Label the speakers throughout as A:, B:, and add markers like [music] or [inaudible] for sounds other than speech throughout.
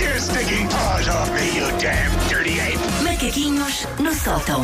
A: fucking paws off me, you damn dirty ape!
B: Macaquinhos no sótão.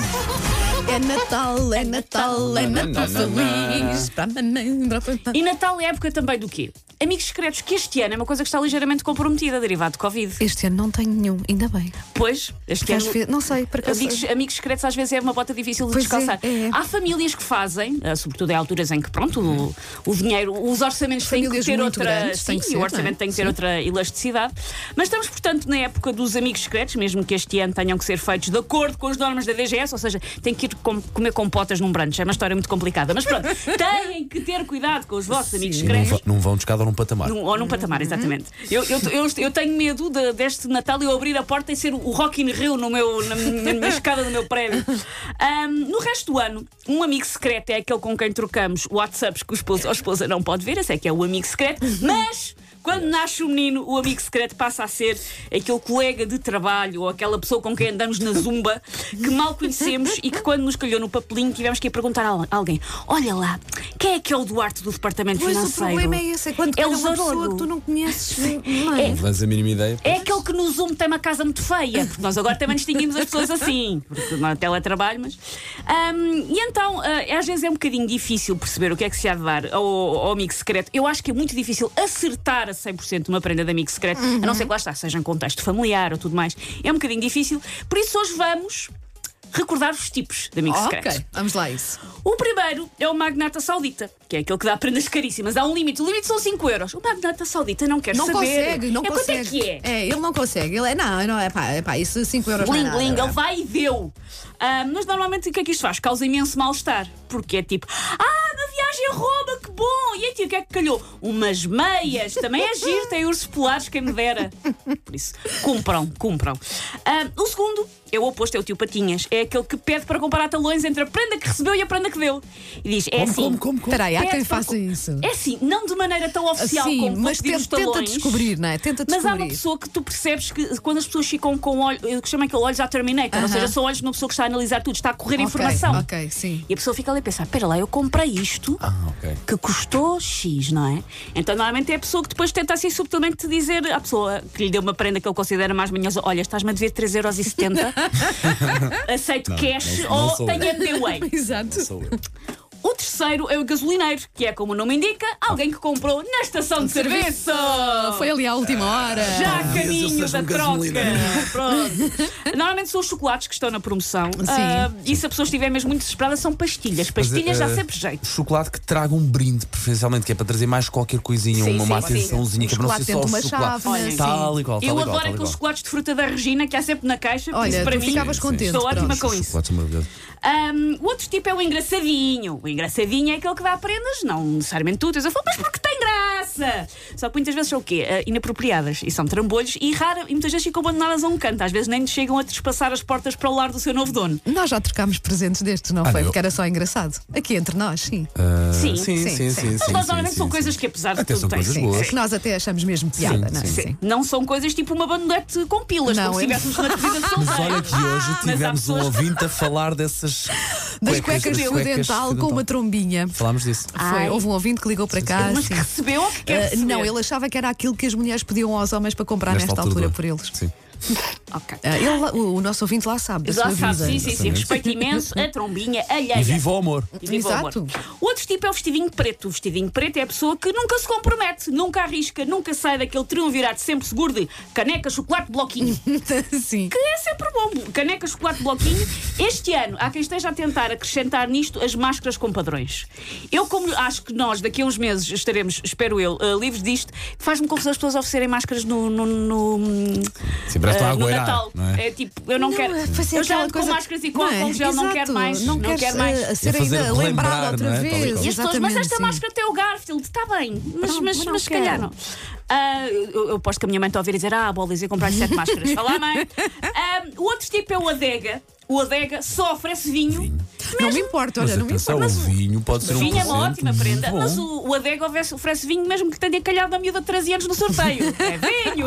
C: É Natal, é Natal, é Natal feliz. Pra mamãe, pra papai.
D: E Natal é época também do quê? Amigos secretos, que este ano é uma coisa que está ligeiramente comprometida, derivado de Covid.
C: Este ano não tenho nenhum, ainda bem.
D: Pois, este
C: Às
D: ano.
C: vezes- não sei, para
D: Amigos, amigos secretos às vezes é uma bota difícil de
C: Pois é,
D: descalçar.
C: é.
D: Há famílias que fazem, eh, sobretudo em alturas em que pronto, o, o dinheiro, os orçamentos têm que
C: Famílias
D: ter
C: muito
D: outra.
C: grandes, tem
D: sim,
C: que ser,
D: o orçamento
C: não é?
D: tem que ter
C: Sim.
D: outra elasticidade. Mas estamos, portanto, na época dos amigos secretos, mesmo que este ano tenham que ser feitos de acordo com as normas da DGS, ou seja, têm que ir com- comer compotas num brunch. É uma história muito complicada. Mas pronto, [laughs] têm que ter cuidado com os vossos amigos
C: Sim.
E: Não,
D: secretos.
E: vão- não vão de escada ou num patamar.
D: Num- um, ou num patamar, exatamente. Eu, eu, eu, eu tenho medo de- deste Natal eu abrir a porta e ser o Rock in Rio no meu, na, minha- na minha escada do meu prédio. Ahm, no resto do ano, um amigo secreto é aquele com quem trocamos WhatsApps que o esposo ou a esposa não pode ver, esse é que é o amigo secreto, mas. Quando nasce o menino, o amigo secreto passa a ser aquele colega de trabalho ou aquela pessoa com quem andamos na zumba que mal conhecemos e que quando nos calhou no papelinho tivemos que ir perguntar a al- alguém: Olha lá, quem é que é o Duarte do Departamento
C: Pois o
D: Financeiro?
C: problema é esse, é quando
D: É
C: é uma
D: o
C: pessoa
D: Zorro.
C: que tu não [laughs] conheces. mãe.
D: É.
E: Não faz a mínima ideia.
D: É aquele que no Zoom tem uma casa
C: [laughs]
D: muito feia, porque nós agora também distinguimos as pessoas assim, porque não é teletrabalho, mas. Ahm, e então, ah, às vezes é um bocadinho difícil perceber o que é que se há de dar ao, ao amigo secreto. Eu acho que é muito difícil acertar a 100% uma prenda de amigo secreto, a
C: Uhum.
D: não ser que lá está, seja em contexto familiar ou tudo mais. É um bocadinho difícil, por isso hoje vamos. Recordar os tipos de amigo secreto.
C: Ok, vamos lá a isso.
D: O primeiro é o magnata saudita, que é aquele que dá prendas caríssimas. Há um limite, o limite são 5 euros. O magnata saudita não quer
C: Não
D: saber.
C: consegue, não
D: é
C: consegue.
D: Quanto é que é?
C: ele não consegue. Ele é, não, não, é pá, é pá, isso 5 euros não é
D: Bling,
C: nada.
D: bling, ele vai e deu. Ah, mas normalmente o que é que isto faz? Causa imenso mal-estar. Porque é tipo, ah, na viagem a Roma, que bom! E a ti, o que é que calhou? Umas meias, também é giro, tem ursos polares, quem me dera. Por isso, cumpram, cumpram. Ah, o segundo é o oposto, é o tio Patinhas. É aquele que pede para comparar talões entre a prenda que recebeu e a prenda que deu. E diz, é
E: Como,
D: assim.
E: como, como, como?
C: Espera aí, há
D: pede
C: quem
D: para
C: faça
D: co-
C: isso.
D: É assim, não de maneira tão oficial
C: Sim,
D: como vou
C: mas
D: pedir
C: tenta,
D: os
C: tenta
D: um talões.
C: descobrir, não é? Tenta
D: Mas há uma
C: descobrir.
D: pessoa que tu percebes que quando as pessoas ficam com olho, eu chamo aquele olhos à Terminator, ou
C: Aham.
D: seja, são olhos de uma pessoa que está a analisar tudo, está a correr
C: Ok,
D: informação.
C: Ok, sim.
D: [laughs] E a pessoa fica ali a pensar: espera lá, eu comprei isto
E: Ah, ok.
D: que custou X, não é? Então normalmente é a pessoa que depois tenta assim subtilmente dizer à pessoa que lhe deu uma prenda que ele considera mais manhosa: olha, estás-me a dever
E: [laughs]
D: 3,70€, aceito cash
E: não- não
D: ou
E: sou eu.
D: tenho a PWay.
C: Exato.
E: Sou eu.
D: O terceiro é o gasolineiro, que é como o nome indica, alguém que comprou na estação de serviço.
C: Foi ali à última hora.
D: Já a
E: eu
D: caminho
E: seja
D: da
E: um
D: troca.
E: gasolineiro.
D: Pronto. Normalmente são os chocolates que estão na promoção. Ah, e se a pessoa estiver mesmo muito desesperada, são pastilhas. Pastilhas
E: Mas, eh,
D: dá sempre jeito.
E: Chocolate que traga um brinde, preferencialmente, que é para trazer mais qualquer coisinha,
D: Sim,
E: uma,
D: sim,
E: uma
D: sim.
E: atençãozinha, que é para não
C: Um Chocolate
E: ser só
C: dentro de uma
E: chocolate.
C: chave,
D: Olha,
E: tal e qual, tal
D: Eu
E: e qual,
D: adoro
E: tal e
D: aqueles
E: qual.
D: chocolates de fruta da Regina que há sempre na caixa. por
C: Olha,
D: isso para
C: tu
D: mim,
C: ficavas contente,
D: Estou ótima
C: pronto.
D: com isso.
E: Chocolate é maravilhoso.
D: Ahm, o outro tipo é o engraçadinho. O engraçadinho é aquele que dá prendas, não necessariamente úteis. Eu falo, mas porque tem graça? Só que muitas vezes são o quê? Ah, inapropriadas. E são trambolhos e, rara, e muitas vezes ficam abandonadas a um canto. Às vezes nem chegam a despassar as portas para o lar do seu novo dono.
C: Nós já trocámos presentes destes, não
E: Ah,
C: foi?
E: não, eu-
C: Porque era só engraçado. Aqui entre nós, sim.
E: Ah,
D: Sim,
C: sim,
E: sim,
C: sim.
E: sim, sim.
D: Mas
E: sim,
D: nós
E: sim,
D: normalmente
E: sim,
D: são
E: sim.
D: coisas que, apesar de
E: Até
D: tudo,
E: são
D: têm.
E: coisas
D: sim.
E: boas.
C: Que nós até achamos mesmo piada,
E: Sim,
C: não é?
E: sim.
C: Sim.
D: Não são coisas tipo uma bandolete com pilas,
C: Não,
D: como se
C: eu-
D: estivéssemos
E: [laughs]
D: na despedida de
E: Mas
D: solteiro.
E: olha que hoje
D: Mas há
E: tivemos um
D: pessoas-
E: ouvinte a falar
D: [laughs]
E: dessas.
C: Das cuecas de
E: das
C: fio dental com uma
E: dental.
C: trombinha.
E: Falámos disso.
D: Ah,
C: Foi, houve um ouvinte que ligou para
E: Ah,
C: cá.
D: Mas que
C: sim.
D: recebeu ou que quer
C: Ah,
D: receber?
C: não, ele achava que era aquilo que as mulheres pediam aos homens para comprar nesta, altura,
E: do-
C: por eles.
E: Sim.
D: Ok.
C: Ah, ele lá- o, o nosso ouvinte lá sabe. da
D: Já
C: sua
D: sabe,
C: vida.
D: sim, sim, sim.
E: Exatamente.
D: Respeito imenso a trombinha alheia.
E: E viva o amor.
D: E viva o amor.
C: Exato.
D: Outro tipo é o vestidinho preto. O vestidinho preto é a pessoa que nunca se compromete, nunca arrisca, nunca sai daquele triunvirato sempre seguro de caneca, chocolate, bloquinho.
C: [laughs] Sim.
D: que é sempre bom. Caneca, chocolate, bloquinho. Este ano, há quem esteja a tentar acrescentar nisto as máscaras com padrões. Eu, como acho que nós, daqui a uns meses, estaremos, espero eu, eh, livres disto, faz-me confusão as pessoas oferecerem máscaras no. no, no, hum,
E: Sim, parece
D: eh,
E: que estão a
D: no
E: agoirar,
D: Natal.
E: não é?
D: tipo, eu não, quero.
C: é fazer
D: Eu já
C: aquela
D: ando
C: coisa-
D: com máscaras e com
C: Não é?
D: álcool gel, não
C: Exato.
D: quero mais.
C: Não,
D: não
C: queres,
D: quero mais.
C: ah, ser
E: É fazer
C: ainda
E: relembrar,
C: lembrado outra
E: não é? Tal e
C: vez.
E: qual.
D: E as pessoas, mas
C: Exatamente,
D: esta
C: sim.
D: máscara tem o Garfield, está bem, mas,
C: Pronto,
D: mas,
C: não
D: mas se calhar
C: quero.
D: não. Ah, eu, eu aposto que a minha mãe está a ouvir dizer: Ah, bolas, eu comprei sete máscaras. Fala, mãe.
C: [laughs]
D: Ah, o outro tipo é o adega. O adega só oferece vinho.
C: Não me importa, olha,
E: Mas
C: não me
E: atenção,
C: importa.
E: o vinho pode ser um
D: vinho é uma
E: presente
D: ótima
E: muito
D: prenda,
E: bom.
D: mas o, o adega oferece, oferece vinho mesmo que tenha calhado a miúda de 13 anos no sorteio. É vinho!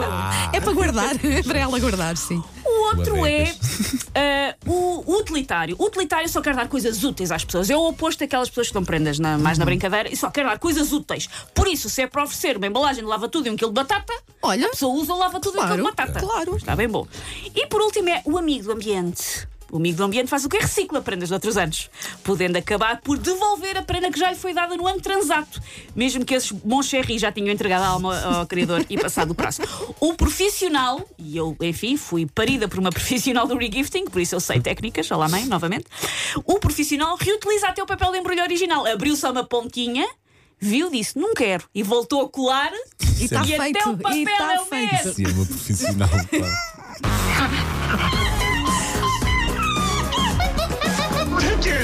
C: É para guardar, [laughs] é para ela guardar, sim.
D: O outro é
E: Ladecas.
D: ah, o utilitário. O utilitário só quer dar coisas úteis às pessoas. É o oposto daquelas pessoas que dão prendas na- mais na brincadeira e só quer dar coisas úteis. Por isso, se é para oferecer uma embalagem de lava-tudo e um quilo de batata,
C: Olha,
D: A pessoa usa, lava tudo
C: claro,
D: aquilo de batata.
C: claro.
D: Está bem bom. E por último é o amigo do ambiente. O amigo do ambiente faz o quê? Recicla prendas de outros anos, podendo acabar por devolver a prenda que já lhe foi dada no ano transato, mesmo que esses bons cherry já tinham entregado a alma ao criador e passado o prazo. O profissional, e eu, enfim, fui parida por uma profissional do regifting, por isso eu sei técnicas, olá mãe, novamente. O profissional reutiliza até o papel de embrulho original, abriu só uma pontinha, viu, disse, não quero, e voltou a colar,
C: E está
D: e até
C: feito.
D: o papel
C: E está
D: é o mesmo.
C: feito.
E: Sim, é uma profissional.
D: [laughs]
E: pá.
A: Take your